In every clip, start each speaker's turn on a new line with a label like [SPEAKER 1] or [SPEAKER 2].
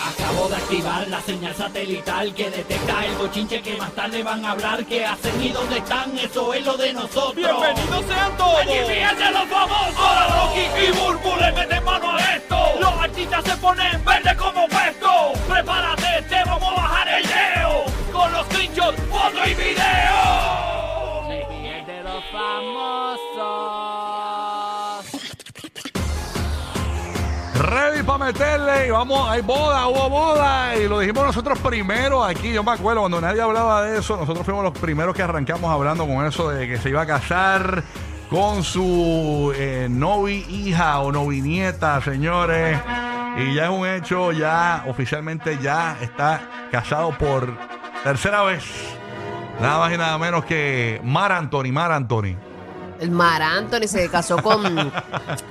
[SPEAKER 1] Acabo de activar la señal satelital que detecta el bochinche que más tarde van a hablar. ¿Qué hacen y dónde están? Eso es lo de nosotros.
[SPEAKER 2] ¡Bienvenidos sean todos!
[SPEAKER 1] ¡Aquí fíjense los famosos!
[SPEAKER 2] Ahora Rocky y Burbu le meten mano a esto.
[SPEAKER 1] Los artistas se ponen verde como puesto. Prepárate, te vamos a bajar el leo. Con los screenshots, foto y video. Se pierde los famosos.
[SPEAKER 2] Ready para meterle y vamos, hay boda, hubo boda y lo dijimos nosotros primero aquí, yo me acuerdo cuando nadie hablaba de eso, nosotros fuimos los primeros que arrancamos hablando con eso de que se iba a casar con su eh, novi hija o novi nieta, señores, y ya es un hecho, ya oficialmente ya está casado por tercera vez, nada más y nada menos que Mar Anthony, Mar Anthony.
[SPEAKER 3] El Mar Anthony se casó con,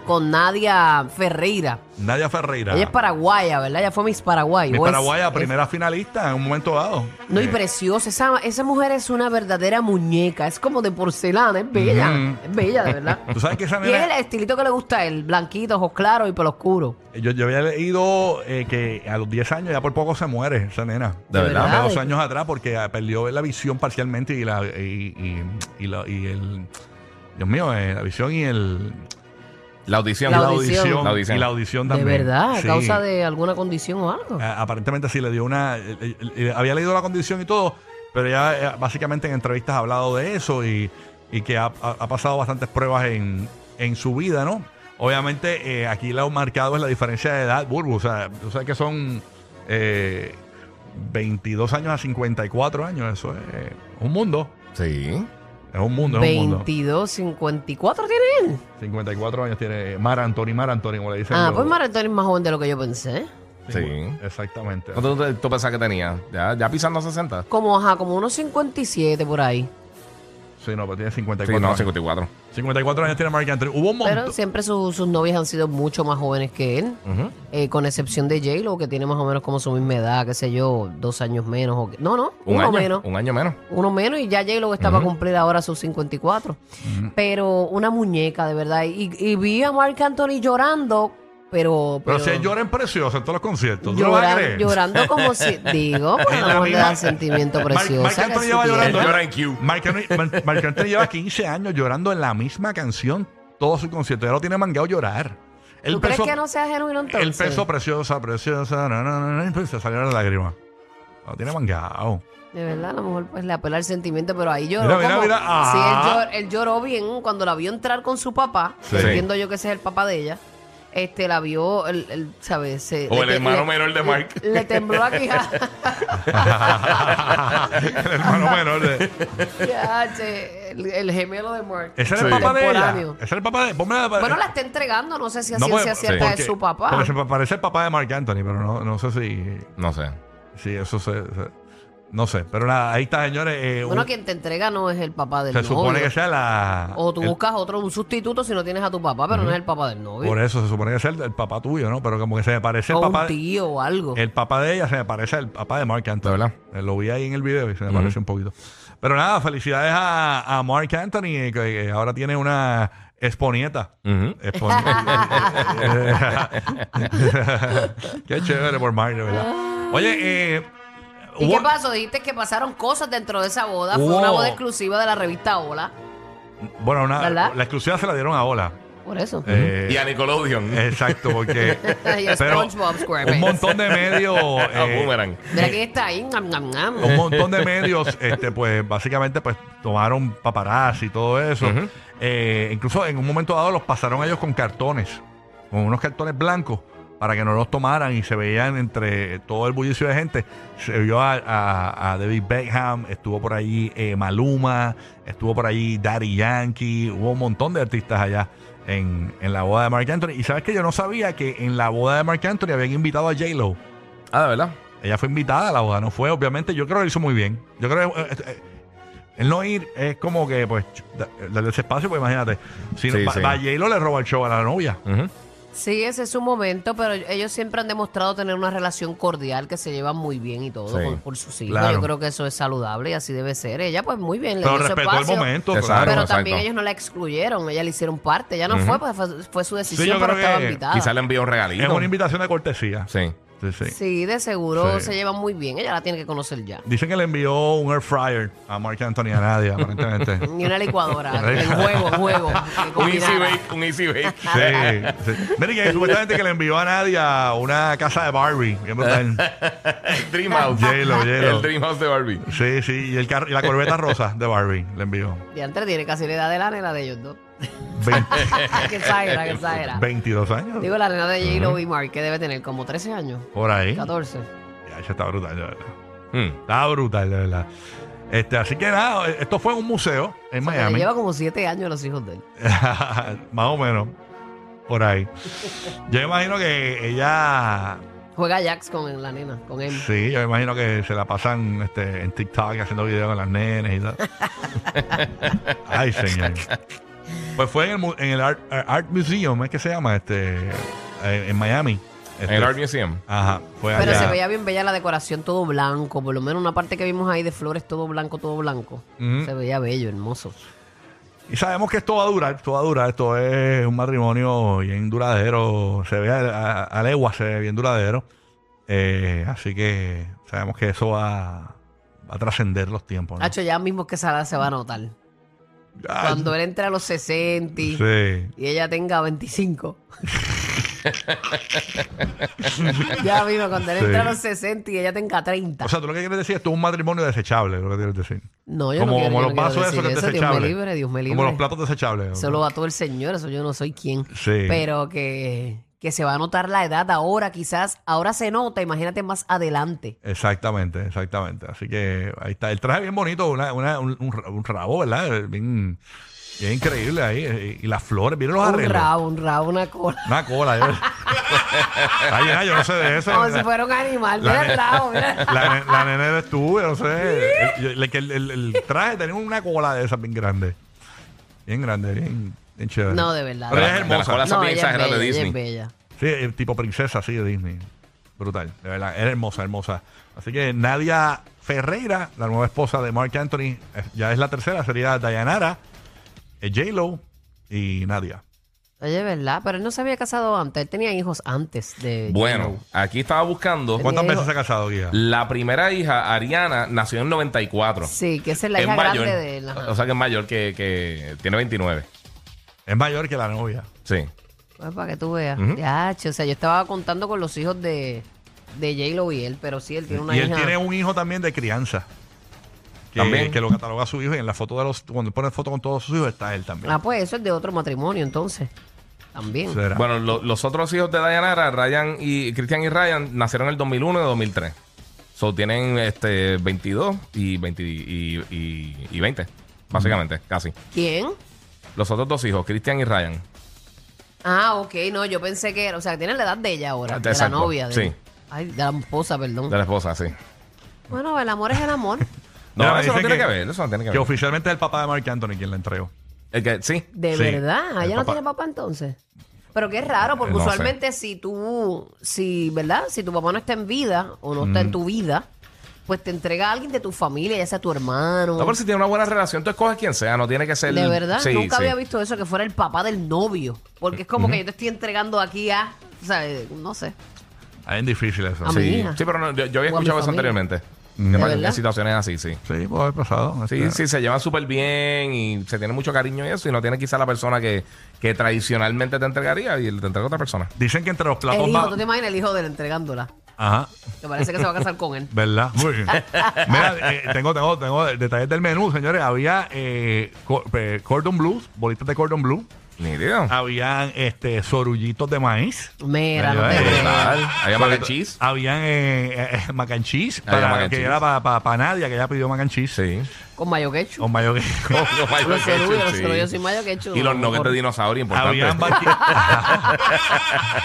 [SPEAKER 3] con Nadia Ferreira.
[SPEAKER 2] Nadia Ferreira.
[SPEAKER 3] Ella es paraguaya, ¿verdad? Ella fue Miss Paraguay.
[SPEAKER 2] Ah. Miss
[SPEAKER 3] o es-
[SPEAKER 2] Paraguaya,
[SPEAKER 3] es-
[SPEAKER 2] primera finalista en un momento dado.
[SPEAKER 3] no, y
[SPEAKER 2] Eh,
[SPEAKER 3] preciosa. Esa, esa mujer es una verdadera muñeca. Es como de porcelana. Es bella. Es bella, de verdad.
[SPEAKER 2] Tú sabes que esa
[SPEAKER 3] y es el
[SPEAKER 2] nena.
[SPEAKER 3] estilito que le gusta a él. Blanquito, ojos claros y pelo oscuro.
[SPEAKER 2] Yo, yo había leído eh, que a los 10 años ya por poco se muere esa nena.
[SPEAKER 3] ¿De verdad?
[SPEAKER 2] Hace dos años atrás porque ah, perdió la visión parcialmente y la. Y, y- y la- y el. Dios mío, eh, la visión y el.
[SPEAKER 4] La audición.
[SPEAKER 3] La
[SPEAKER 2] y
[SPEAKER 3] audición.
[SPEAKER 4] La audición.
[SPEAKER 2] Y la audición
[SPEAKER 3] De
[SPEAKER 2] también.
[SPEAKER 3] verdad. A
[SPEAKER 2] Sí.
[SPEAKER 3] causa de alguna condición o algo.
[SPEAKER 2] Ah, aparentemente sí le dio una. eh, eh, eh, había leído la condición y todo, pero ya eh, básicamente en entrevistas ha hablado de eso y, y que ha, ha- ha pasado bastantes pruebas en, en su vida, ¿no? Obviamente eh, aquí lo marcado es la diferencia de edad, Burbu. O sea, tú sabes que son eh, 22 años a 54 años. Eso es eh, un mundo.
[SPEAKER 4] Sí.
[SPEAKER 2] Es un mundo, es un mundo.
[SPEAKER 3] 22, 54 tiene él.
[SPEAKER 2] 54 años tiene Mar Anthony, Mar Anthony, como le dicen.
[SPEAKER 3] Ah,
[SPEAKER 2] los-
[SPEAKER 3] pues Mar Anthony es más joven de lo que yo pensé.
[SPEAKER 4] Sí.
[SPEAKER 2] Exactamente.
[SPEAKER 4] ¿Cuánto tú, tú pensabas que tenía? Ya, ya pisando 60.
[SPEAKER 3] Como, ajá, como unos 57 por ahí.
[SPEAKER 2] Sí, no, pero tiene 54
[SPEAKER 4] Sí, no,
[SPEAKER 2] años.
[SPEAKER 4] 54.
[SPEAKER 2] 54 años tiene Mark Anthony. Hubo un montón.
[SPEAKER 3] Pero siempre su- sus novias han sido mucho más jóvenes que él.
[SPEAKER 4] Ujú.
[SPEAKER 3] Eh, con excepción de J-Lo, que tiene más o menos como su misma edad, qué sé yo, dos años menos. O... que- No, no,
[SPEAKER 4] Un
[SPEAKER 3] uno
[SPEAKER 4] año
[SPEAKER 3] menos.
[SPEAKER 4] Un año menos.
[SPEAKER 3] Uno menos y ya J-Lo está para cumplir ahora sus 54. Pero una muñeca, de verdad. Y, y vi a Marc Anthony llorando, pero...
[SPEAKER 2] Pero, si lloran preciosos en todos los conciertos. ¿Tú lo vas a
[SPEAKER 3] llorando,
[SPEAKER 2] creer?
[SPEAKER 3] llorando como si... Digo, pues, por
[SPEAKER 2] En la
[SPEAKER 3] el amor de
[SPEAKER 2] misma-
[SPEAKER 3] dar sentimiento
[SPEAKER 2] Marc-
[SPEAKER 3] precioso.
[SPEAKER 2] Marc
[SPEAKER 3] que
[SPEAKER 2] Anthony
[SPEAKER 3] sí
[SPEAKER 2] lleva
[SPEAKER 3] tiene.
[SPEAKER 2] llorando. ¿eh?
[SPEAKER 4] Él llora en Q.
[SPEAKER 2] Marc Anthony, Mar- Marc Anthony lleva 15 años llorando en la misma canción todo su concierto. Ya lo tiene mangado llorar. El
[SPEAKER 3] ¿Tú crees que no sea genuino entonces?
[SPEAKER 2] El peso preciosa, preciosa. na, na, na, na, y pues se salió la lágrima. Lo tiene mangado.
[SPEAKER 3] De verdad, a lo mejor pues le apela el sentimiento, pero ahí lloró.
[SPEAKER 2] Mira, mira,
[SPEAKER 3] como-
[SPEAKER 2] mira. Ah.
[SPEAKER 3] Sí, él llor- él lloró, bien cuando la vio entrar con su papá,
[SPEAKER 4] Sí.
[SPEAKER 3] entiendo yo que ese es el papá de ella. Este, la vio, el, el, ¿sabes? Se-
[SPEAKER 4] O el
[SPEAKER 3] te-
[SPEAKER 4] hermano menor de Mark.
[SPEAKER 3] Le, le tembló aquí.
[SPEAKER 2] el hermano menor de.
[SPEAKER 3] Ya, che, el, el gemelo de Mark.
[SPEAKER 2] Ese era el
[SPEAKER 4] Sí.
[SPEAKER 2] papá de ella.
[SPEAKER 3] Contemporáneo.
[SPEAKER 2] Ese era el papá de. ponme la-
[SPEAKER 3] Bueno, la está entregando, no sé si a
[SPEAKER 2] No, pues,
[SPEAKER 3] ciencia
[SPEAKER 2] porque-
[SPEAKER 3] cierta
[SPEAKER 4] porque-
[SPEAKER 3] es su papá.
[SPEAKER 2] porque se pa- parece el papá de Marc Anthony, pero no, no sé si.
[SPEAKER 4] No sé.
[SPEAKER 2] Sí, eso se, se- no sé, pero nada, ahí está, señores. eh,
[SPEAKER 3] Bueno,
[SPEAKER 2] un-
[SPEAKER 3] quien te entrega no es el papá del
[SPEAKER 2] se
[SPEAKER 3] novio.
[SPEAKER 2] supone que sea la.
[SPEAKER 3] O tú
[SPEAKER 2] el-
[SPEAKER 3] buscas otro, un sustituto si no tienes a tu papá, pero no es el papá del novio.
[SPEAKER 2] por eso se supone que sea el, el papá tuyo, ¿no? Pero como que se me parece el
[SPEAKER 3] o
[SPEAKER 2] papá.
[SPEAKER 3] un tío o algo.
[SPEAKER 2] El papá de ella se me parece al papá de Mark Anthony.
[SPEAKER 4] De verdad.
[SPEAKER 2] Eh, Lo vi ahí en el video y se me parece un poquito. Pero nada, felicidades a, a Mark Anthony, eh, que, que ahora tiene una exponieta.
[SPEAKER 4] Ujú.
[SPEAKER 2] Exponieta. Qué chévere por Mark, de verdad. Oye, eh,
[SPEAKER 3] ¿Y
[SPEAKER 2] hubo-
[SPEAKER 3] qué pasó? Dijiste que pasaron cosas dentro de esa boda. Fue
[SPEAKER 2] Wow.
[SPEAKER 3] una boda exclusiva de la revista Hola.
[SPEAKER 2] bueno, una-
[SPEAKER 3] ¿Verdad?
[SPEAKER 2] la exclusiva se la dieron a Ola.
[SPEAKER 3] Por eso.
[SPEAKER 2] Eh,
[SPEAKER 4] Y a Nickelodeon.
[SPEAKER 2] Exacto, porque.
[SPEAKER 3] Y a SpongeBob SquarePants.
[SPEAKER 2] un montón de medios.
[SPEAKER 4] A
[SPEAKER 2] eh,
[SPEAKER 4] Boomerang.
[SPEAKER 3] Mira que está ahí. ñam, ñam, ñam.
[SPEAKER 2] un montón de medios, este, pues básicamente, pues tomaron paparazzi y todo eso. Eh, incluso en un momento dado los pasaron a ellos con cartones, con unos cartones blancos para que no los tomaran y se veían entre todo el bullicio de gente. Se vio a, a- a David Beckham, estuvo por allí eh, Maluma, estuvo por allí Daddy Yankee, hubo un montón de artistas allá en, en la boda de Mark Anthony. Y sabes que yo no sabía que en la boda de Mark Anthony habían invitado a J-Lo.
[SPEAKER 4] Ah, de verdad.
[SPEAKER 2] Ella fue invitada a la boda, no fue, obviamente. Yo creo que lo hizo muy bien. Yo creo que eh, eh, el no ir es como que, pues, ch- da- darle ese espacio, pues imagínate. Si
[SPEAKER 4] Sí,
[SPEAKER 2] no,
[SPEAKER 4] sí.
[SPEAKER 2] va- va J-Lo le roba el show a la novia.
[SPEAKER 4] Ujú.
[SPEAKER 3] Sí, ese es su momento, pero ellos siempre han demostrado tener una relación cordial, que se llevan muy bien y todo
[SPEAKER 4] Sí,
[SPEAKER 3] por, por sus hijos.
[SPEAKER 2] claro.
[SPEAKER 3] Yo creo que eso es saludable y así debe ser. Ella, pues muy bien, le
[SPEAKER 2] Pero
[SPEAKER 3] dio su
[SPEAKER 2] respetó el
[SPEAKER 3] espacio,
[SPEAKER 2] momento,
[SPEAKER 4] Exacto.
[SPEAKER 2] claro.
[SPEAKER 3] Pero también
[SPEAKER 4] exacto.
[SPEAKER 3] ellos no la excluyeron, ella le hicieron parte. Ella no fue, pues fue, fue su decisión,
[SPEAKER 2] yo
[SPEAKER 3] pero
[SPEAKER 2] creo
[SPEAKER 3] estaba
[SPEAKER 2] que
[SPEAKER 3] invitada.
[SPEAKER 4] Quizás le envió un regalito.
[SPEAKER 2] Es una invitación de cortesía.
[SPEAKER 4] Sí.
[SPEAKER 2] Sí, sí.
[SPEAKER 3] Sí, de seguro
[SPEAKER 2] Sí.
[SPEAKER 3] se llevan muy bien. Ella la tiene que conocer ya.
[SPEAKER 2] Dicen que le envió un air fryer a Mark Anthony a nadie, aparentemente.
[SPEAKER 3] Y una licuadora, en juego, juego. que
[SPEAKER 4] Un easy
[SPEAKER 3] combinara.
[SPEAKER 4] bake, un easy bake.
[SPEAKER 2] Sí, sí. Miren que supuestamente que le envió a nadie a una casa de Barbie. Bien brutal.
[SPEAKER 4] El Dream House.
[SPEAKER 2] J-Lo, J-Lo.
[SPEAKER 4] El Dream House de Barbie.
[SPEAKER 2] Sí, sí. Y, el carro- y la corbeta rosa de Barbie le envió.
[SPEAKER 3] Y antes tiene casi la edad de la nena de ellos dos.
[SPEAKER 2] Vein-
[SPEAKER 3] que exagera, que exagera.
[SPEAKER 2] 22 años.
[SPEAKER 3] Digo, la nena de J-Lo y Mark, que debe tener como 13 años,
[SPEAKER 2] Por ahí.
[SPEAKER 3] 14.
[SPEAKER 2] Ya, eso está brutal, de verdad.
[SPEAKER 4] Mm.
[SPEAKER 2] Está brutal, de verdad. Este, así que nada, esto fue en un museo en
[SPEAKER 3] O sea,
[SPEAKER 2] Miami.
[SPEAKER 3] Lleva como siete años los hijos de él.
[SPEAKER 2] Más o menos. Por ahí. Yo imagino que ella.
[SPEAKER 3] Juega Jax con la nena, con él.
[SPEAKER 2] Sí, yo imagino que se la pasan este, en TikTok haciendo videos con las nenes y tal. Ay, señor. Pues fue en el, mu- en el Art, Art Museum, ¿es que se llama? Este, eh, en Miami.
[SPEAKER 4] En
[SPEAKER 2] Este,
[SPEAKER 4] el Art Museum.
[SPEAKER 2] Ajá, fue
[SPEAKER 3] Pero
[SPEAKER 2] allá.
[SPEAKER 3] se veía bien bella la decoración, todo blanco. Por lo menos una parte que vimos ahí de flores, todo blanco, todo blanco.
[SPEAKER 2] Ujú.
[SPEAKER 3] Se veía bello, hermoso.
[SPEAKER 2] Y sabemos que esto va a durar, esto va a durar, esto es un matrimonio bien duradero, se ve a, a- a legua, se ve bien duradero. Eh, así que sabemos que eso va, va a trascender los tiempos. ¿no?
[SPEAKER 3] Hacho, ya mismo que Sara se va a notar.
[SPEAKER 2] Ah,
[SPEAKER 3] Cuando él entre a los 60 y-
[SPEAKER 2] sí.
[SPEAKER 3] y ella tenga 25. ya mismo, cuando él
[SPEAKER 2] Sí.
[SPEAKER 3] entre a los 60 y ella tenga 30.
[SPEAKER 2] O sea, tú lo que quieres decir es que es un matrimonio desechable, lo que quieres decir.
[SPEAKER 3] no, yo
[SPEAKER 2] como
[SPEAKER 3] no quiero,
[SPEAKER 2] como
[SPEAKER 3] yo
[SPEAKER 2] los
[SPEAKER 3] no quiero
[SPEAKER 2] vasos esos
[SPEAKER 3] decir
[SPEAKER 2] que es
[SPEAKER 3] eso. Dios me
[SPEAKER 2] desechable.
[SPEAKER 3] libre, Dios me libre.
[SPEAKER 2] Como los platos desechables.
[SPEAKER 3] Eso lo va todo el Señor, eso yo no soy quien.
[SPEAKER 2] Sí.
[SPEAKER 3] Pero que, que se va a notar la edad ahora, quizás. Ahora se nota, imagínate más adelante.
[SPEAKER 2] Exactamente, exactamente. Así que ahí está. El traje bien bonito, una, una- un, un ra- un rabo, ¿verdad? Bien, bien increíble ahí. eh, Y las flores, miren los
[SPEAKER 3] Un
[SPEAKER 2] arreglos.
[SPEAKER 3] rabo, un rabo, una cola.
[SPEAKER 2] Una cola. Yo, Ay, nena, yo no sé de eso.
[SPEAKER 3] Como
[SPEAKER 2] La-
[SPEAKER 3] si fuera un animal.
[SPEAKER 2] la-
[SPEAKER 3] Mira el rabo, mira. el rabo.
[SPEAKER 2] La, ne- la nena eres tú, yo no sé. El, yo- el que el- el- el traje tenía una cola de esas bien grande. Bien grande, bien, bien chévere.
[SPEAKER 3] No, de verdad.
[SPEAKER 2] Pero
[SPEAKER 4] De
[SPEAKER 2] ella es
[SPEAKER 4] la- de las
[SPEAKER 2] hermosa.
[SPEAKER 4] colas.
[SPEAKER 3] No,
[SPEAKER 4] bien
[SPEAKER 3] ella es
[SPEAKER 4] exagerada
[SPEAKER 3] bella,
[SPEAKER 4] de
[SPEAKER 3] ella
[SPEAKER 4] Disney.
[SPEAKER 3] es bella.
[SPEAKER 2] Sí, eh, tipo princesa, así de Disney. Brutal, de verdad. Era hermosa, hermosa. Así que Nadia Ferreira, la nueva esposa de Mark Anthony, eh, ya es la tercera, sería Dayanara, eh, J-Lo y Nadia.
[SPEAKER 3] Oye, ¿verdad? Pero él no se había casado antes. Él tenía hijos antes de...
[SPEAKER 4] Bueno, aquí estaba buscando.
[SPEAKER 2] ¿Cuántas
[SPEAKER 3] Diego.
[SPEAKER 2] veces se ha casado, Guía?
[SPEAKER 4] La primera hija, Ariana, nació en 94.
[SPEAKER 3] Sí, que esa es la
[SPEAKER 4] Es
[SPEAKER 3] hija
[SPEAKER 4] mayor.
[SPEAKER 3] grande de él. ajá.
[SPEAKER 4] O sea que es mayor que, que tiene 29.
[SPEAKER 2] Es mayor que la novia.
[SPEAKER 4] Sí.
[SPEAKER 3] Pues para que tú veas.
[SPEAKER 4] Ujú.
[SPEAKER 3] Ya, che, o sea, yo estaba contando con los hijos de, de J-Lo y él, pero sí, él tiene una
[SPEAKER 2] y
[SPEAKER 3] hija.
[SPEAKER 2] él tiene un hijo también de crianza. Que,
[SPEAKER 4] También.
[SPEAKER 2] que lo cataloga a su hijo y en la foto de los. Cuando pone foto con todos sus hijos está él también.
[SPEAKER 3] Ah, pues eso es de otro matrimonio, entonces. También.
[SPEAKER 2] Será.
[SPEAKER 4] Bueno, lo- los otros hijos de Dayanara, Ryan y Cristian y Ryan, nacieron en el 2001 y 2003. So tienen este 22 y 20 y, y- y 20, básicamente, casi.
[SPEAKER 3] ¿Quién?
[SPEAKER 4] Los otros dos hijos, Cristian y Ryan.
[SPEAKER 3] Ah, ok, no, yo pensé que era, o sea, que tiene la edad de ella ahora,
[SPEAKER 4] Ah,
[SPEAKER 3] de
[SPEAKER 4] exacto,
[SPEAKER 3] la novia. De,
[SPEAKER 4] sí.
[SPEAKER 3] Ay, de la esposa, perdón.
[SPEAKER 4] De la esposa, sí.
[SPEAKER 3] Bueno, el amor es el amor.
[SPEAKER 4] No,
[SPEAKER 2] Mira, me
[SPEAKER 4] eso no
[SPEAKER 2] dicen
[SPEAKER 4] tiene que, ver, eso no tiene que,
[SPEAKER 2] que
[SPEAKER 4] ver.
[SPEAKER 2] oficialmente es el papá de Mark Anthony quien la entregó.
[SPEAKER 4] El que- sí,
[SPEAKER 3] De
[SPEAKER 2] Sí,
[SPEAKER 3] verdad,
[SPEAKER 2] el
[SPEAKER 3] ella no
[SPEAKER 2] papá.
[SPEAKER 3] tiene papá entonces. Pero qué raro, porque
[SPEAKER 4] Eh, no sé.
[SPEAKER 3] usualmente si tú, si, ¿verdad? Si tu papá no está en vida o no está en tu vida, pues te entrega a alguien de tu familia, ya sea tu hermano.
[SPEAKER 4] No, pero si tiene una buena relación, tú escoges quien sea, no tiene que ser.
[SPEAKER 3] De verdad,
[SPEAKER 4] Sí,
[SPEAKER 3] nunca
[SPEAKER 4] sí.
[SPEAKER 3] había visto eso, que fuera el papá del novio. Porque es como que yo te estoy entregando aquí a, o sea, eh, no sé.
[SPEAKER 2] Ah, Es difícil eso.
[SPEAKER 3] A
[SPEAKER 2] Sí.
[SPEAKER 3] mi
[SPEAKER 4] Sí,
[SPEAKER 3] hija.
[SPEAKER 4] sí, pero no, yo, yo había
[SPEAKER 3] O a mi
[SPEAKER 4] escuchado eso
[SPEAKER 3] familia.
[SPEAKER 4] anteriormente. Que
[SPEAKER 3] ¿De
[SPEAKER 4] pa-
[SPEAKER 3] verdad?
[SPEAKER 4] que situaciones así, sí.
[SPEAKER 2] Sí, puede haber pasado.
[SPEAKER 4] Sí,
[SPEAKER 2] Este,
[SPEAKER 4] sí, se llevan súper bien y se tiene mucho cariño y eso. Y no tiene quizá la persona que, que tradicionalmente te entregaría y te entrega otra persona.
[SPEAKER 2] Dicen que entre los platos
[SPEAKER 3] El hijo,
[SPEAKER 2] más.
[SPEAKER 3] ¿tú te imaginas el hijo de él entregándola?
[SPEAKER 2] Ajá.
[SPEAKER 3] Que parece que se va a casar con él.
[SPEAKER 2] ¿Verdad? Muy bien. Mira, eh, tengo, tengo, tengo detalles del menú, señores. Había eh, co- eh, cordon blue, bolitas de cordon blue.
[SPEAKER 4] Ni
[SPEAKER 2] Ah,
[SPEAKER 4] idea.
[SPEAKER 2] Habían este, sorullitos de maíz.
[SPEAKER 3] Mira, no
[SPEAKER 2] Ahí va,
[SPEAKER 3] te
[SPEAKER 2] eh.
[SPEAKER 3] creas.
[SPEAKER 4] Hay mac and cheese.
[SPEAKER 2] Habían eh, eh, mac and cheese,
[SPEAKER 4] Había
[SPEAKER 2] para,
[SPEAKER 4] mac and
[SPEAKER 2] que
[SPEAKER 4] cheese.
[SPEAKER 2] era para Nadia, que ella pidió mac and cheese.
[SPEAKER 4] Sí.
[SPEAKER 3] Con mayo quechu.
[SPEAKER 2] Con mayo
[SPEAKER 4] Los mayo
[SPEAKER 3] Los
[SPEAKER 4] ketchup,
[SPEAKER 3] cerullos, los
[SPEAKER 4] sí.
[SPEAKER 3] cerullos sin mayo quechu.
[SPEAKER 4] Y los nuggets de dinosaurio, importante.
[SPEAKER 2] Habían barqui-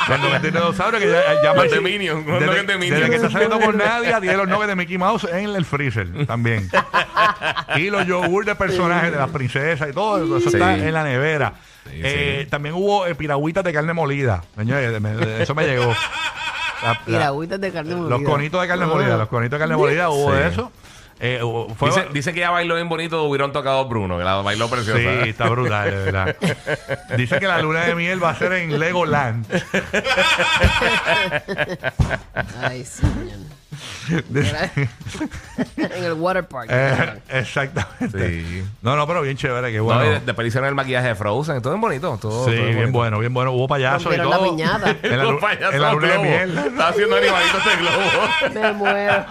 [SPEAKER 2] Los nuggets de dinosaurio que ya, ya
[SPEAKER 4] Los de
[SPEAKER 2] Mickey-
[SPEAKER 4] Minion, los
[SPEAKER 2] desde,
[SPEAKER 4] nuggets de Minion.
[SPEAKER 2] desde que está saliendo por nadie, tiene los nuggets de Mickey Mouse en el freezer también. y los yogur de personajes de las princesas y todo, eso
[SPEAKER 4] Sí.
[SPEAKER 2] está en la nevera.
[SPEAKER 4] Sí,
[SPEAKER 2] Eh,
[SPEAKER 4] sí.
[SPEAKER 2] También hubo eh, piragüitas de carne molida. Señores, me- eso me llegó. La- la-
[SPEAKER 3] Piragüitas de carne molida.
[SPEAKER 2] los conitos de carne
[SPEAKER 3] Ah.
[SPEAKER 2] molida, los conitos de carne molida hubo
[SPEAKER 4] Sí.
[SPEAKER 2] de eso. Eh, hubo- fue,
[SPEAKER 4] Dice, dice que ya bailó bien bonito, hubieron tocado Bruno, que la bailó preciosa.
[SPEAKER 2] Sí, está brutal, de verdad. Dice que la luna de miel va a ser en Legoland.
[SPEAKER 3] Ay, señor. en el water park.
[SPEAKER 2] Eh, exactamente.
[SPEAKER 4] Sí.
[SPEAKER 2] No, no, pero bien chévere, qué
[SPEAKER 4] No,
[SPEAKER 2] bueno.
[SPEAKER 4] y de- después hicieron el maquillaje de Frozen, todo bien bonito. Todo,
[SPEAKER 2] sí,
[SPEAKER 4] todo
[SPEAKER 2] bien
[SPEAKER 4] bonito.
[SPEAKER 2] bueno, bien bueno. Hubo payasos y
[SPEAKER 3] Rompieron la
[SPEAKER 2] todo.
[SPEAKER 3] piñata.
[SPEAKER 2] En la, lu-
[SPEAKER 4] Los payasos
[SPEAKER 2] en la luna de
[SPEAKER 4] globo.
[SPEAKER 2] miel.
[SPEAKER 4] Está haciendo animaditos de globo.
[SPEAKER 3] Me muero.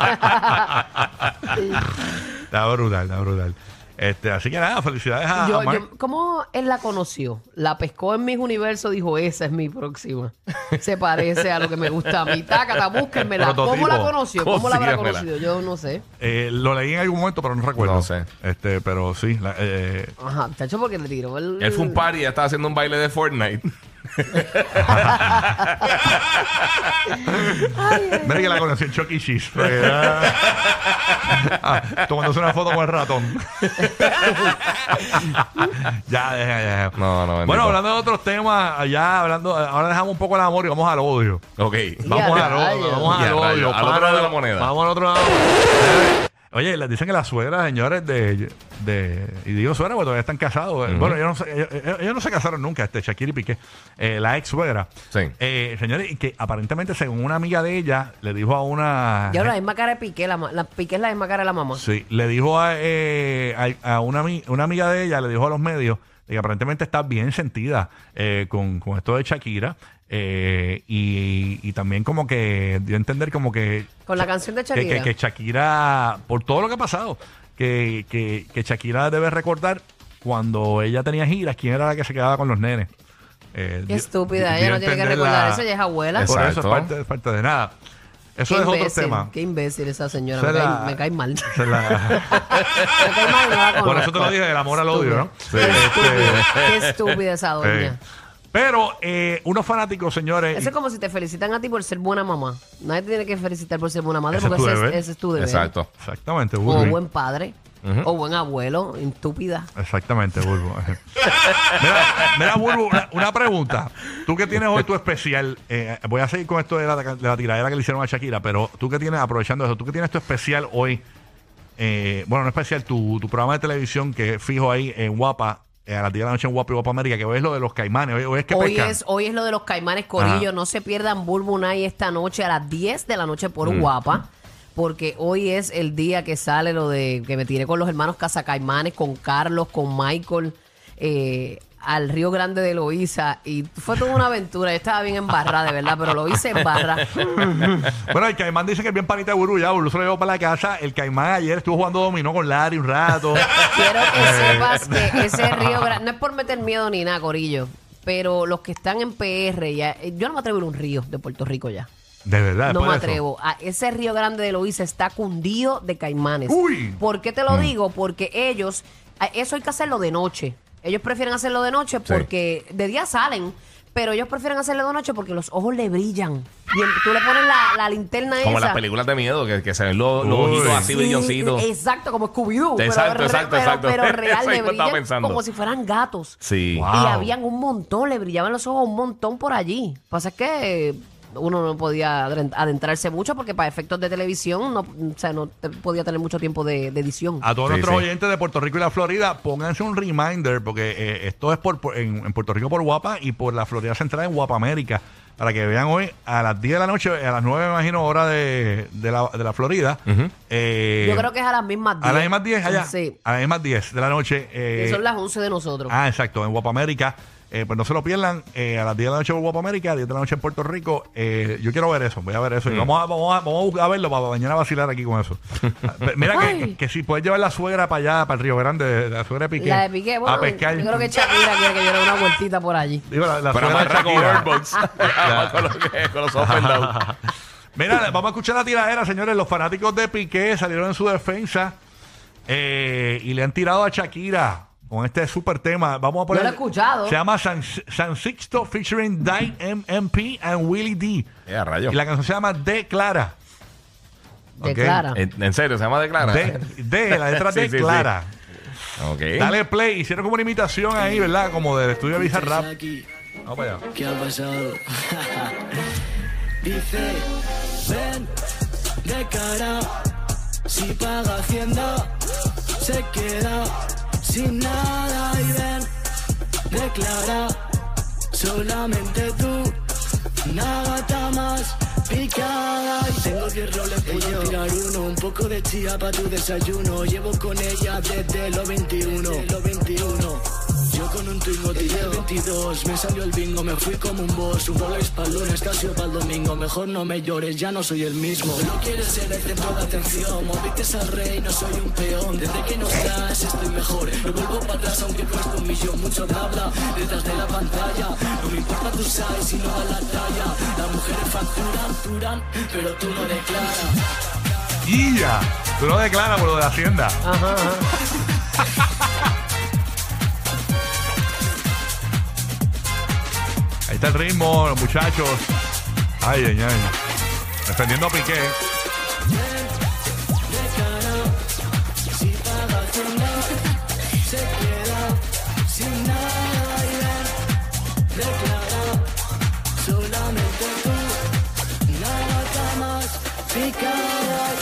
[SPEAKER 2] Está brutal, está brutal. Este, así que nada, felicidades a,
[SPEAKER 3] Yo-
[SPEAKER 2] a Mark.
[SPEAKER 3] yo- ¿Cómo él la conoció? La pescó en mis universos, dijo, esa es mi próxima. Se parece a lo que me gusta a mí. Tácata, búsquenmela. ¿Cómo la
[SPEAKER 2] Prototipo.
[SPEAKER 3] conoció? ¿Cómo la habrá
[SPEAKER 4] Consígamela.
[SPEAKER 3] conocido? Yo no sé.
[SPEAKER 2] Eh, lo leí en algún momento, pero no recuerdo.
[SPEAKER 4] No sé.
[SPEAKER 2] Este, pero sí. la- eh,
[SPEAKER 3] Ajá, chacho, porque le tiró el...
[SPEAKER 4] Él fue un party y ya estaba haciendo un baile de Fortnite.
[SPEAKER 2] mira que la conocí en Chuck E. Cheese. Porque era- Ah, tomándose una foto con el ratón. ya, deja, ya, ya.
[SPEAKER 4] No, no, bendito.
[SPEAKER 2] Bueno, hablando de otros temas, allá hablando, ahora dejamos un poco el amor y vamos al odio.
[SPEAKER 4] Ok.
[SPEAKER 2] Vamos
[SPEAKER 3] Ya,
[SPEAKER 2] al odio,
[SPEAKER 3] rayos.
[SPEAKER 2] vamos al
[SPEAKER 4] Ya, rayos.
[SPEAKER 2] odio.
[SPEAKER 4] Al otro
[SPEAKER 2] pana.
[SPEAKER 4] lado de la moneda.
[SPEAKER 2] Vamos al otro lado. Eh, Oye, les dicen que la suegra, señores, de, de y digo suegra porque todavía están casados. eh. Bueno, ellos no, se, ellos, ellos- ellos no se casaron nunca, este Shakira y Piqué, eh, la ex suegra.
[SPEAKER 4] Sí.
[SPEAKER 2] Eh, señores, y que aparentemente según una amiga de ella, le dijo a una
[SPEAKER 3] Y ahora la misma cara de Piqué. La, ma- la- Piqué es la misma cara de la mamá.
[SPEAKER 2] Sí, le dijo a, eh, a- a una, ami- una amiga de ella, le dijo a los medios de que aparentemente está bien sentida eh, con, con esto de Shakira eh, y, y también como que dio a entender como que...
[SPEAKER 3] Con la canción de
[SPEAKER 2] que- que-
[SPEAKER 3] Shakira.
[SPEAKER 2] Que, Shakira, por todo lo que ha pasado, que, que, que Shakira debe recordar cuando ella tenía giras, quién era la que se quedaba con los nenes. Eh, di-
[SPEAKER 3] Qué estúpida,
[SPEAKER 2] di-
[SPEAKER 3] ella
[SPEAKER 2] dio
[SPEAKER 3] no
[SPEAKER 2] a
[SPEAKER 3] tiene que
[SPEAKER 2] entender
[SPEAKER 3] recordar
[SPEAKER 2] la-
[SPEAKER 3] eso, ella es abuela.
[SPEAKER 4] Es-
[SPEAKER 2] Por eso es
[SPEAKER 4] Exacto.
[SPEAKER 2] parte, es parte de nada. Eso
[SPEAKER 3] Qué
[SPEAKER 2] es otro
[SPEAKER 3] imbécil,
[SPEAKER 2] tema.
[SPEAKER 3] Qué imbécil esa señora.
[SPEAKER 2] Esa
[SPEAKER 3] Me,
[SPEAKER 2] es
[SPEAKER 3] cae,
[SPEAKER 2] la-
[SPEAKER 3] me cae mal. me
[SPEAKER 2] Se la-
[SPEAKER 3] cae mal. no la
[SPEAKER 2] Por eso te
[SPEAKER 3] conozco.
[SPEAKER 2] lo dije, del amor al odio, ¿no? Este, eh,
[SPEAKER 3] Qué estúpida, qué estúpida esa doña.
[SPEAKER 2] Pero eh, unos fanáticos, señores.
[SPEAKER 3] Eso es como si te felicitan a ti por ser buena mamá. Nadie te tiene que felicitar por ser buena madre
[SPEAKER 2] Ese es
[SPEAKER 3] porque
[SPEAKER 2] tu
[SPEAKER 3] ese, es,
[SPEAKER 2] deber.
[SPEAKER 3] ese es tu deber.
[SPEAKER 4] Exacto.
[SPEAKER 2] Exactamente,
[SPEAKER 3] O
[SPEAKER 2] Burbu.
[SPEAKER 3] buen padre, o buen abuelo, estúpida.
[SPEAKER 2] Exactamente, Burbu. mira, mira, Burbu, una, una pregunta. Tú que tienes hoy tu especial, eh, voy a seguir con esto de la, de la tiradera que le hicieron a Shakira, pero tú que tienes, aprovechando eso, tú que tienes tu especial hoy, eh, bueno, no especial, tu, tu programa de televisión que es fijo ahí en Guapa, eh, a las 10 de la noche en Guapa y Guapa América, que hoy es lo de los caimanes, hoy, hoy es que
[SPEAKER 3] Hoy
[SPEAKER 2] pescan.
[SPEAKER 3] es, hoy es lo de los caimanes corillo.
[SPEAKER 2] Ajá.
[SPEAKER 3] No se pierdan Bulbunay esta noche a las 10 de la noche por
[SPEAKER 2] Mm.
[SPEAKER 3] guapa. Porque hoy es el día que sale lo de que me tiré con los hermanos Cazacaimanes, con Carlos, con Michael, eh, al Río Grande de Loíza. Y fue toda una aventura. Yo estaba bien embarrada, de verdad, pero lo hice embarrada.
[SPEAKER 2] Bueno, el caimán dice que es bien panita de Burbu, ya Burbu se lo llevó para la casa. El caimán ayer estuvo jugando dominó con Larry un rato.
[SPEAKER 3] Quiero que
[SPEAKER 2] Eh,
[SPEAKER 3] sepas que ese Río Grande, no es por meter miedo ni nada, Corillo, pero los que están en PR, ya, eh, yo no me atrevo a ir a un río de Puerto Rico ya.
[SPEAKER 2] De verdad.
[SPEAKER 3] No
[SPEAKER 2] después de Ah,
[SPEAKER 3] me
[SPEAKER 2] eso.
[SPEAKER 3] atrevo. A ese Río Grande de Loíza está cundido de caimanes.
[SPEAKER 2] Uy.
[SPEAKER 3] ¿Por qué te lo digo? Porque ellos, a- eso hay que hacerlo de noche. Ellos prefieren hacerlo de noche porque de día salen, pero ellos prefieren hacerlo de noche porque los ojos le brillan. Y el- tú le pones la, la linterna
[SPEAKER 4] Como en
[SPEAKER 3] esa.
[SPEAKER 4] las películas de miedo, que, que se ven los, los
[SPEAKER 2] Uy.
[SPEAKER 4] ojitos así
[SPEAKER 3] Sí,
[SPEAKER 4] brilloncitos.
[SPEAKER 3] Exacto, como Scooby-Doo. pero-
[SPEAKER 4] Exacto,
[SPEAKER 3] pero,
[SPEAKER 4] exacto,
[SPEAKER 3] pero-
[SPEAKER 4] exacto.
[SPEAKER 3] pero real
[SPEAKER 4] Eso
[SPEAKER 3] le
[SPEAKER 4] mismo estaba
[SPEAKER 3] brillan
[SPEAKER 4] pensando.
[SPEAKER 3] como si fueran gatos.
[SPEAKER 4] Sí.
[SPEAKER 2] Wow.
[SPEAKER 3] Y habían un montón, le brillaban los ojos un montón por allí. Pasa es que eh, uno no podía adren- adentrarse mucho porque para efectos de televisión no, o sea, no te- podía tener mucho tiempo de, de edición.
[SPEAKER 2] A todos
[SPEAKER 4] Sí,
[SPEAKER 2] nuestros
[SPEAKER 4] sí.
[SPEAKER 2] oyentes de Puerto Rico y la Florida, pónganse un reminder, porque eh, esto es por, por- en, en Puerto Rico por Guapa y por la Florida Central en Guapa América. para que vean hoy a las 10 de la noche, a las 9 me imagino, hora de, de la, de la Florida. Eh,
[SPEAKER 3] Yo creo que es a las mismas 10.
[SPEAKER 2] A las mismas 10 allá.
[SPEAKER 3] Sí.
[SPEAKER 2] A las mismas 10 de la noche. eh,
[SPEAKER 3] Que son las 11 de nosotros.
[SPEAKER 2] Ah, exacto, en Guapa América. Eh, pues no se lo pierdan eh, a las 10 de la noche en Guapa América, 10 de la noche en Puerto Rico. Eh, yo quiero ver eso, voy a ver
[SPEAKER 4] Mm.
[SPEAKER 2] eso. Y vamos, a, vamos, a, vamos a buscar a verlo para mañana vacilar aquí con eso. Ah, pe- Mira que, que, que si puedes llevar la suegra para allá, para el Río Grande, la suegra de Piqué,
[SPEAKER 3] la de Piqué, bueno,
[SPEAKER 2] a pescar.
[SPEAKER 3] yo creo que Shakira quiere que yo le dé una vueltita por allí.
[SPEAKER 2] Digo, la, la
[SPEAKER 4] Pero
[SPEAKER 2] suegra de
[SPEAKER 4] amarra con
[SPEAKER 2] Shakira.
[SPEAKER 4] Bird Box. Amarra con los- con los ojos vendados.
[SPEAKER 2] Mira, vamos a escuchar la tiradera, señores. Los fanáticos de Piqué salieron en su defensa eh, y le han tirado a Shakira con este super tema. Vamos a poner.
[SPEAKER 3] lo he escuchado.
[SPEAKER 2] Se llama San, San Sixto featuring Dine MMP and Willie D.
[SPEAKER 4] Eh, a rayos.
[SPEAKER 2] Y la canción se llama Declara. Ok. Eh.
[SPEAKER 3] Declara.
[SPEAKER 4] En, en serio, se llama Declara.
[SPEAKER 2] De, de, la letra
[SPEAKER 4] Sí, sí, sí.
[SPEAKER 2] Declara.
[SPEAKER 4] Ok.
[SPEAKER 2] Dale play. Hicieron como una imitación ahí, ¿verdad? Como del estudio Visa Rap.
[SPEAKER 5] aquí,
[SPEAKER 2] Vamos para
[SPEAKER 3] Ah,
[SPEAKER 2] allá.
[SPEAKER 5] ¿qué ha pasado? Dice, ven de cara, si paga Hacienda, se queda sin nada y ven, declara, solamente tú, nada está más picada. Y tengo 10 roles, voy a tirar uno, un poco de chía para tu desayuno, llevo con ella desde los 21, los 21. Yo con un twingo tiré el 22, me salió el bingo, me fui como un boss, un bolex para lunes, casi para el domingo, mejor no me llores, ya no soy el mismo. No quieres ser el centro de atención, moviste al rey, no soy un peón, desde que no estás estoy mejor, no vuelvo para atrás aunque cueste un millón, mucho de habla detrás de la pantalla, no me importa tu size sino a la talla, las mujeres facturan, turan, pero tú no declaras.
[SPEAKER 2] Y ya. Tú lo declaras por lo de Hacienda. Ahí está el ritmo, los muchachos. Ay, ay, ay. Defendiendo a Piqué.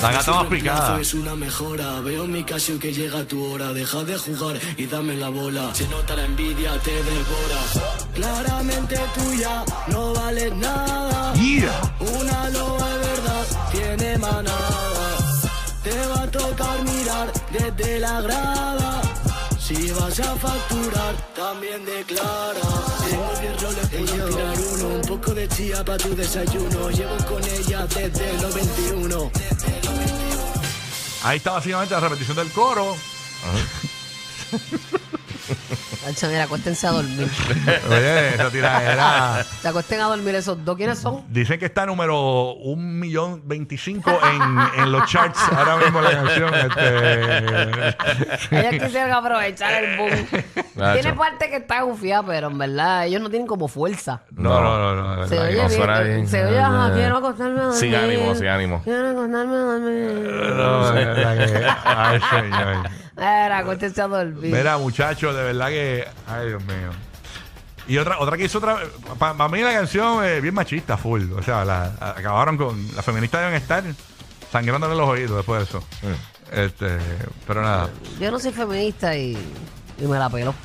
[SPEAKER 2] La gata más picada.
[SPEAKER 5] Es una mejora, veo mi casio que llega tu hora, deja de jugar y dame la bola. Se nota la envidia, te devora. Claramente tuya, no vale nada.
[SPEAKER 2] Yeah.
[SPEAKER 5] Una loba de verdad tiene manada. Te va a tocar mirar desde la grada. Si vas a facturar, también declara. Tengo 10 roles, puedo tirar uno. Un poco de chía para tu desayuno. Llevo con ella desde los 21.
[SPEAKER 2] Ahí está básicamente la repetición del coro.
[SPEAKER 3] Tacho, mira, acuéstense a dormir.
[SPEAKER 2] Oye, esa tiradera.
[SPEAKER 3] Se acuesten a dormir esos dos. ¿Quiénes son?
[SPEAKER 2] Dicen que está número 1.025.000 en, en los charts ahora mismo la canción. Este,
[SPEAKER 3] Ellos quisieron aprovechar el boom. Tiene
[SPEAKER 4] Nacho.
[SPEAKER 3] parte que está gufiada, pero en verdad ellos no tienen como fuerza.
[SPEAKER 2] no, no, no. no, de
[SPEAKER 3] Se
[SPEAKER 2] verdad que
[SPEAKER 3] oye
[SPEAKER 2] no.
[SPEAKER 3] bien,
[SPEAKER 4] suena bien.
[SPEAKER 3] Se oye, ajá, quiero acostarme a dormir.
[SPEAKER 4] Sin ánimo, sin ánimo.
[SPEAKER 3] Quiero acostarme a dormir.
[SPEAKER 2] No, de verdad que- ay, señor.
[SPEAKER 3] Era, acuéstense a dormir.
[SPEAKER 2] Mira, muchachos, de verdad que. Ay, Dios mío. Y otra, otra que hizo otra. Para mí la canción es bien machista, full. O sea, la, acabaron con. Las feministas deben estar sangrándole los oídos después de eso. Este, pero nada.
[SPEAKER 3] Yo no soy feminista y, y me la pelo.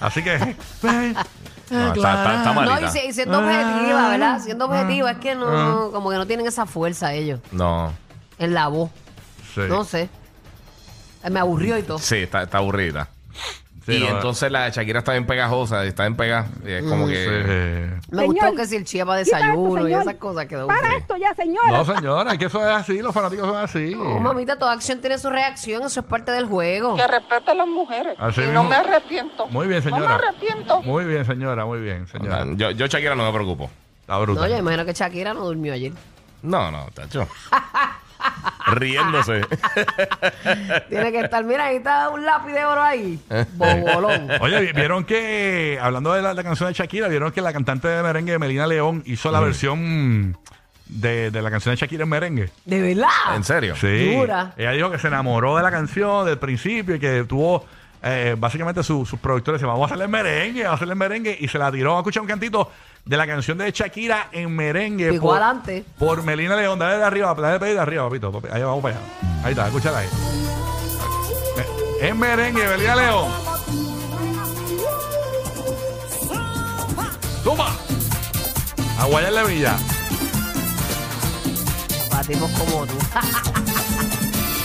[SPEAKER 2] Así que.
[SPEAKER 4] No, está, está, está malita.
[SPEAKER 3] No, y, se- y siendo objetiva, ¿verdad? Siendo objetiva, es que
[SPEAKER 4] Ah.
[SPEAKER 3] no, como que no tienen esa fuerza ellos
[SPEAKER 4] No.
[SPEAKER 3] en la voz.
[SPEAKER 2] sí.
[SPEAKER 3] No sé. Eh, Me aburrió y todo.
[SPEAKER 4] Sí, está, está aburrida.
[SPEAKER 2] Sí,
[SPEAKER 4] y
[SPEAKER 2] no,
[SPEAKER 4] entonces la Shakira está bien pegajosa, está bien pegada. Y es como
[SPEAKER 2] sí.
[SPEAKER 4] que.
[SPEAKER 3] Me gustó que si el chiapa desayuno y esas cosas quedó.
[SPEAKER 6] Para
[SPEAKER 3] aburrido.
[SPEAKER 6] esto ya, señora.
[SPEAKER 2] No, señora, es que eso es así, los fanáticos son así.
[SPEAKER 3] No, Oh, mamita, toda acción tiene su reacción, eso es parte del juego.
[SPEAKER 6] Que respete a las mujeres.
[SPEAKER 2] Así
[SPEAKER 6] y
[SPEAKER 2] mismo.
[SPEAKER 6] no me arrepiento.
[SPEAKER 2] Ah. Muy bien, señora.
[SPEAKER 6] No me arrepiento.
[SPEAKER 2] Muy bien, señora, muy bien, señora.
[SPEAKER 4] Yo, yo Shakira no me preocupo.
[SPEAKER 2] Está brutal.
[SPEAKER 3] No, yo imagino que Shakira no durmió ayer.
[SPEAKER 4] No, no, tacho. Riéndose.
[SPEAKER 3] Tiene que estar, mira, ahí está un lápiz de oro ahí. Bobolón.
[SPEAKER 2] Eh. Oye, vi- vieron que, hablando de la, la canción de Shakira, vieron que la cantante de merengue Melina León hizo la versión de, de la canción de Shakira en merengue.
[SPEAKER 3] De verdad.
[SPEAKER 4] ¿En serio?
[SPEAKER 2] Sí.
[SPEAKER 3] Dura.
[SPEAKER 2] Ella dijo que se enamoró de la canción del principio y que tuvo, eh, básicamente su- sus productores decían, vamos a hacerle en merengue, vamos a hacerle en merengue, y se la tiró. Vamos a escuchar un cantito de la canción de Shakira en merengue.
[SPEAKER 3] Picó adelante.
[SPEAKER 2] Por Melina León, dale de arriba, dale de arriba, papito. papi. Ahí vamos para allá. Ahí está, escúchala ahí. Eh, En merengue, Melina León. Toma. A Guayarle Villa.
[SPEAKER 3] Batimos como tú.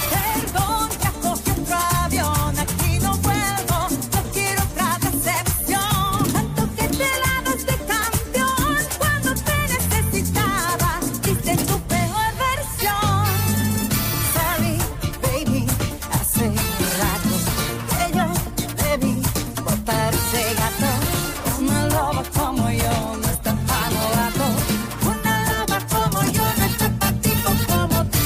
[SPEAKER 7] Perdón, ya cogí otro avión, aquí no vuelvo, no quiero otra decepción. Tanto que te lavas de campeón, cuando te necesitaba, diste tu peor versión. Sally, baby, hace rato que yo debí botar ese gato. Una loba como yo no está pa' novato. Una loba como yo no está pa' tipo como tú.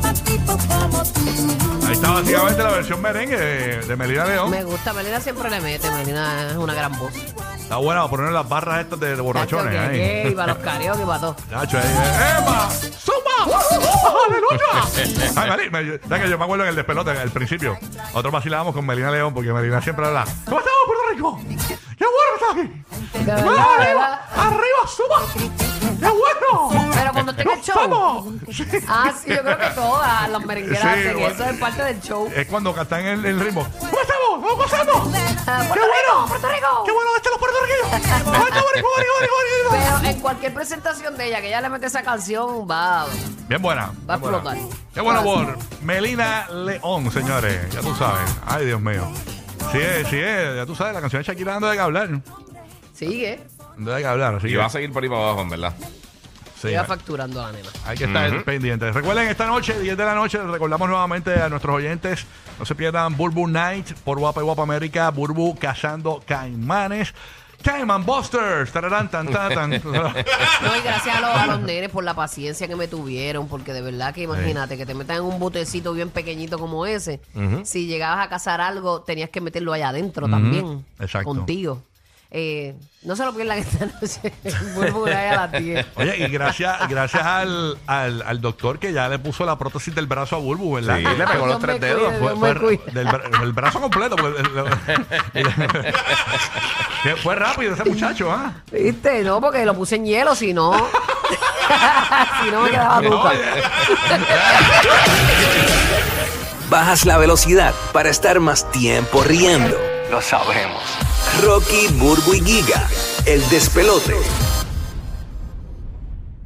[SPEAKER 7] Pa' tipo como tú.
[SPEAKER 2] Ahí está básicamente la versión merengue de, de Melina León.
[SPEAKER 3] Me gusta, Melina siempre le mete, Melina es una gran voz.
[SPEAKER 2] Está buena para poner las barras estas de, de borrachones.
[SPEAKER 3] Tacho, que-
[SPEAKER 2] ahí.
[SPEAKER 3] que- Y para los karaoke y para todo.
[SPEAKER 2] Nacho, ahí, eh, ¡Emma! ¡Zumba! ¡Aleluya! Ay, Meli, me, ya que yo me acuerdo en el despelote, al principio. Nosotros vacilábamos con Melina León, porque Melina siempre habla. ¿Cómo estamos, Puerto Rico? ¡Qué bueno que
[SPEAKER 3] De
[SPEAKER 2] estás aquí!
[SPEAKER 3] verdad,
[SPEAKER 2] ¡Vamos
[SPEAKER 3] de
[SPEAKER 2] arriba!
[SPEAKER 3] verdad.
[SPEAKER 2] ¡Arriba, suba! ¡Qué bueno!
[SPEAKER 3] Pero cuando tenga el
[SPEAKER 2] ¡Nos
[SPEAKER 3] show.
[SPEAKER 2] vamos!
[SPEAKER 3] Ah, sí, yo creo que todas las merengueras
[SPEAKER 2] Sí,
[SPEAKER 3] hacen
[SPEAKER 2] bueno.
[SPEAKER 3] eso, es parte del show.
[SPEAKER 2] Es cuando cantan el, el ritmo. ¿Cómo estamos? ¿Cómo pasamos?
[SPEAKER 3] Ah,
[SPEAKER 2] ¡Qué
[SPEAKER 3] Puerto
[SPEAKER 2] bueno!
[SPEAKER 3] Rico, Puerto Rico.
[SPEAKER 2] ¡Qué bueno que están los puertorriqueños! ¡Vamos, vamos, vamos, vamos, vamos!
[SPEAKER 3] Pero en cualquier presentación de ella, que ella le mete esa canción, va, va
[SPEAKER 2] Bien buena.
[SPEAKER 3] a
[SPEAKER 2] bien buena.
[SPEAKER 3] explotar.
[SPEAKER 2] Qué bueno por Melina León, señores. Ya tú sabes. Ay, Dios mío. Sí es, sí es. Ya tú sabes, la canción de Shakira anda de que hablar.
[SPEAKER 3] Sigue,
[SPEAKER 2] Anda de que hablar. Así
[SPEAKER 4] Y
[SPEAKER 2] que,
[SPEAKER 4] va a seguir por ahí para abajo, en verdad.
[SPEAKER 2] sí,
[SPEAKER 3] iba facturando a la nena.
[SPEAKER 2] hay que estar pendientes. Recuerden, esta noche, 10 de la noche, les recordamos nuevamente a nuestros oyentes, no se pierdan Burbu Night por Guapa y Guapa América, Burbu cazando caimanes. Caiman Busters, tararán, tan, tan, tan.
[SPEAKER 3] No, y gracias a los, a los nenes por la paciencia que me tuvieron, porque de verdad que imagínate que te metan en un botecito bien pequeñito como ese. Si llegabas a cazar algo, tenías que meterlo allá adentro también.
[SPEAKER 2] exacto.
[SPEAKER 3] Contigo. Eh, no se lo pierdan esta noche. Vuelvo por ahí a las 10.
[SPEAKER 2] Oye, y gracias, gracias al, al, al doctor que ya le puso la prótesis del brazo a Bulbu, ¿verdad?
[SPEAKER 4] Sí, le
[SPEAKER 3] Dios
[SPEAKER 4] pegó los
[SPEAKER 3] me
[SPEAKER 4] tres
[SPEAKER 3] cuide,
[SPEAKER 4] dedos.
[SPEAKER 3] Dios
[SPEAKER 2] Fue-
[SPEAKER 3] me
[SPEAKER 2] fue
[SPEAKER 3] cuide.
[SPEAKER 2] del bra- el brazo completo. pues, porque- Que fue rápido ese muchacho, ¿ah?
[SPEAKER 3] ¿Viste? No, porque lo puse en hielo, si no. si no me quedaba tuca.
[SPEAKER 8] Bajas la velocidad para estar más tiempo riendo. Lo sabemos. Rocky, Burbu y Giga, el despelote.